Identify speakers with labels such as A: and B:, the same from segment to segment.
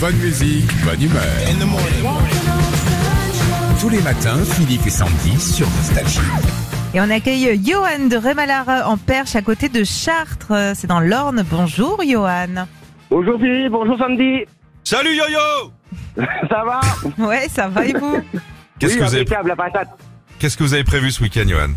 A: Bonne musique, bonne humeur. Tous les matins, Philippe et Sandy sur Nostalgie.
B: Et on accueille Johan de Rémalard en Perche à côté de Chartres. Euh, C'est dans l'Orne. Bonjour Johan.
C: Bonjour Philippe, bonjour Sandy.
D: Salut Yo-Yo
C: Ça va
B: Ouais, ça va et vous
D: Qu'est-ce
C: Oui,
D: que vous avez
C: impeccable, la patate.
D: Qu'est-ce que vous avez prévu ce week-end, Johan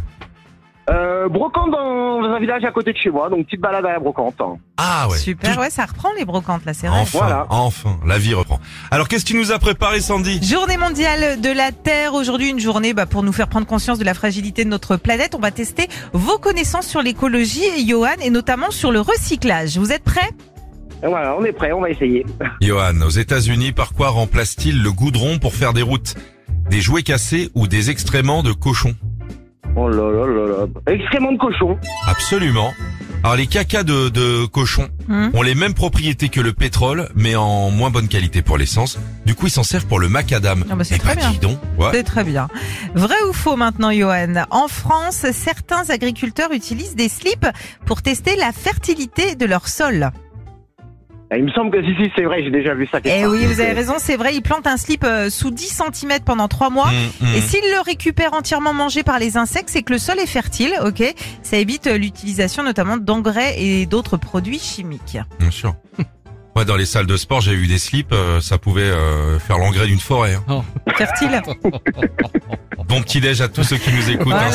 C: Euh, brocante dans, dans un village à côté de chez moi, donc petite balade à la brocante. hein.
D: Ah ouais.
B: Super,
D: Tout-
B: ouais, ça reprend les brocantes là, c'est vrai.
D: Enfin,
C: Voilà.
D: enfin, la vie reprend. Alors qu'est-ce que tu nous as préparé, Sandy
B: Journée mondiale de la Terre. Aujourd'hui, une journée bah, pour nous faire prendre conscience de la fragilité de notre planète. On va tester vos connaissances sur l'écologie, Johan, et notamment sur le recyclage. Vous êtes prêts
C: Et voilà, on est prêt, on va essayer.
D: Johan, aux États-Unis, par quoi remplace-t-il le goudron pour faire des routes Des jouets cassés ou des excréments de cochons
C: Oh là là là là. Excrément de cochon.
D: Absolument. Alors les cacas de, de cochons
B: Hmm.
D: ont les mêmes propriétés que le pétrole, mais en moins bonne qualité pour l'essence. Du coup, ils s'en servent pour le macadam.
B: Ah bah, c'est
D: Eh
B: très bien.
D: dis donc. Ouais.
B: C'est très bien. Vrai ou faux maintenant, Johan En France, certains agriculteurs utilisent des slips pour tester la fertilité de leur sol.
C: Ah, Il me semble que si, si, c'est vrai, j'ai déjà vu ça. quelque
B: Eh
C: part.
B: oui, vous avez raison, c'est vrai, ils plantent un slip euh, sous 10 cm pendant 3 mois.
D: Hmm, hmm.
B: Et s'ils le récupèrent entièrement mangé par les insectes, c'est que le sol est fertile, ok Ça évite euh, l'utilisation notamment d'engrais et d'autres produits chimiques.
D: Bien sûr. Moi, dans les salles de sport, j'ai vu des slips, euh, ça pouvait euh, faire l'engrais d'une forêt. hein.
B: Fertile
D: Bon petit déj à tous ceux qui nous écoutent. hein,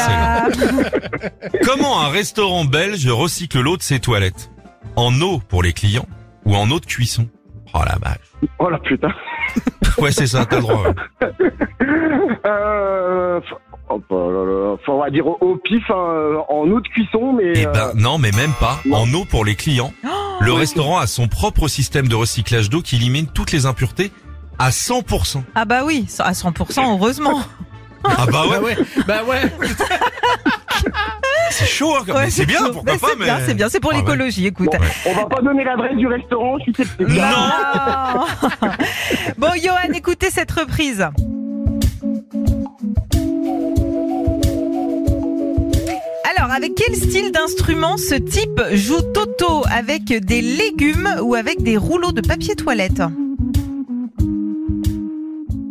B: Voilà
D: c'est- Comment un restaurant belge recycle l'eau de ses toilettes En eau pour les clients ou en eau de cuisson Oh la vache.
C: Oh la putain.
D: Ouais, c'est ça, t'as le droit. ouais.
C: Euh, f- oh bah là là. Faut, on va dire au, au pif, hein, en eau de cuisson, mais...
D: Eh
C: euh,
D: ben non, mais même pas. En eau pour les clients. Le
C: oui.
D: restaurant a son propre système de recyclage d'eau qui élimine toutes les impuretés à 100%.
B: Ah bah oui, à 100%, heureusement
D: Ah bah ouais,
E: Bah ouais, bah ouais.
D: c'est chaud, hein, quand même.
B: Ouais,
D: c'est bien,
B: chaud.
D: pourquoi
B: Mais
D: pas,
B: C'est bien, c'est bien, c'est pour
D: Ah ouais.
B: l'écologie, écoute
C: Bon, on va pas donner l'adresse du restaurant, je suis sceptique.
D: Non.
B: Non. Bon, Johan, écoutez cette reprise. Alors, avec quel style d'instrument ce type joue Toto Avec des légumes ou avec des rouleaux de papier toilette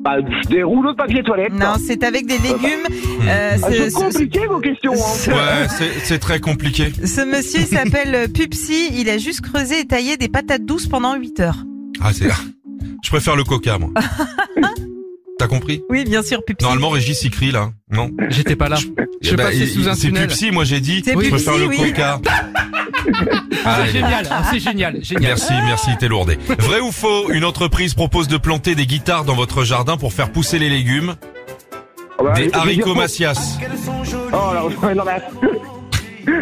C: Bah, des rouleaux de papier toilette. hein.
B: Non, c'est avec des légumes. Euh,
C: Ah,
B: ce,
C: c'est
B: ce-
C: compliqué vos questions. hein.
D: Hmm. Ouais, c'est- c'est très compliqué.
B: ce monsieur il s'appelle Pupsi. Il a juste creusé et taillé des patates douces pendant 8 heures.
D: Ah, c'est. Je préfère le coca, moi. T'as compris
B: Oui, bien sûr, Pupsi.
D: Normalement, Régis, il crie, là. Non
E: J'étais pas là. Je suis
D: Eh ben,
E: passé
D: il-
E: sous un
D: C'est
E: tunnel.
D: Pupsi, moi, j'ai dit.
B: C'est
D: je préfère
B: Pupsi,
D: le
B: oui.
D: coca.
E: Ah,
D: Ah, il
E: c'est
D: est-
E: génial, ah, c'est génial, génial.
D: Merci, merci, t'es lourdé. Vrai ou faux, une entreprise propose de planter des guitares dans votre jardin pour faire pousser les légumes,
C: Ah bah, je vais
D: des
C: dire
D: haricots
C: faux.
D: macias.
C: Oh là, ouais, non, là.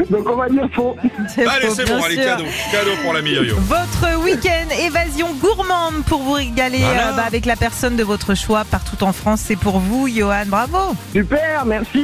C: Donc on va dire faux.
B: C'est
D: Allez,
B: faux,
D: c'est
B: bien
D: bon, allez,
B: sûr.
D: cadeau. Cadeau pour la meilleure.
B: Votre week-end évasion gourmande pour vous régaler
D: Voilà.
B: euh, bah, avec la personne de votre choix partout en France. C'est pour vous, Johan. Bravo.
C: Super, merci.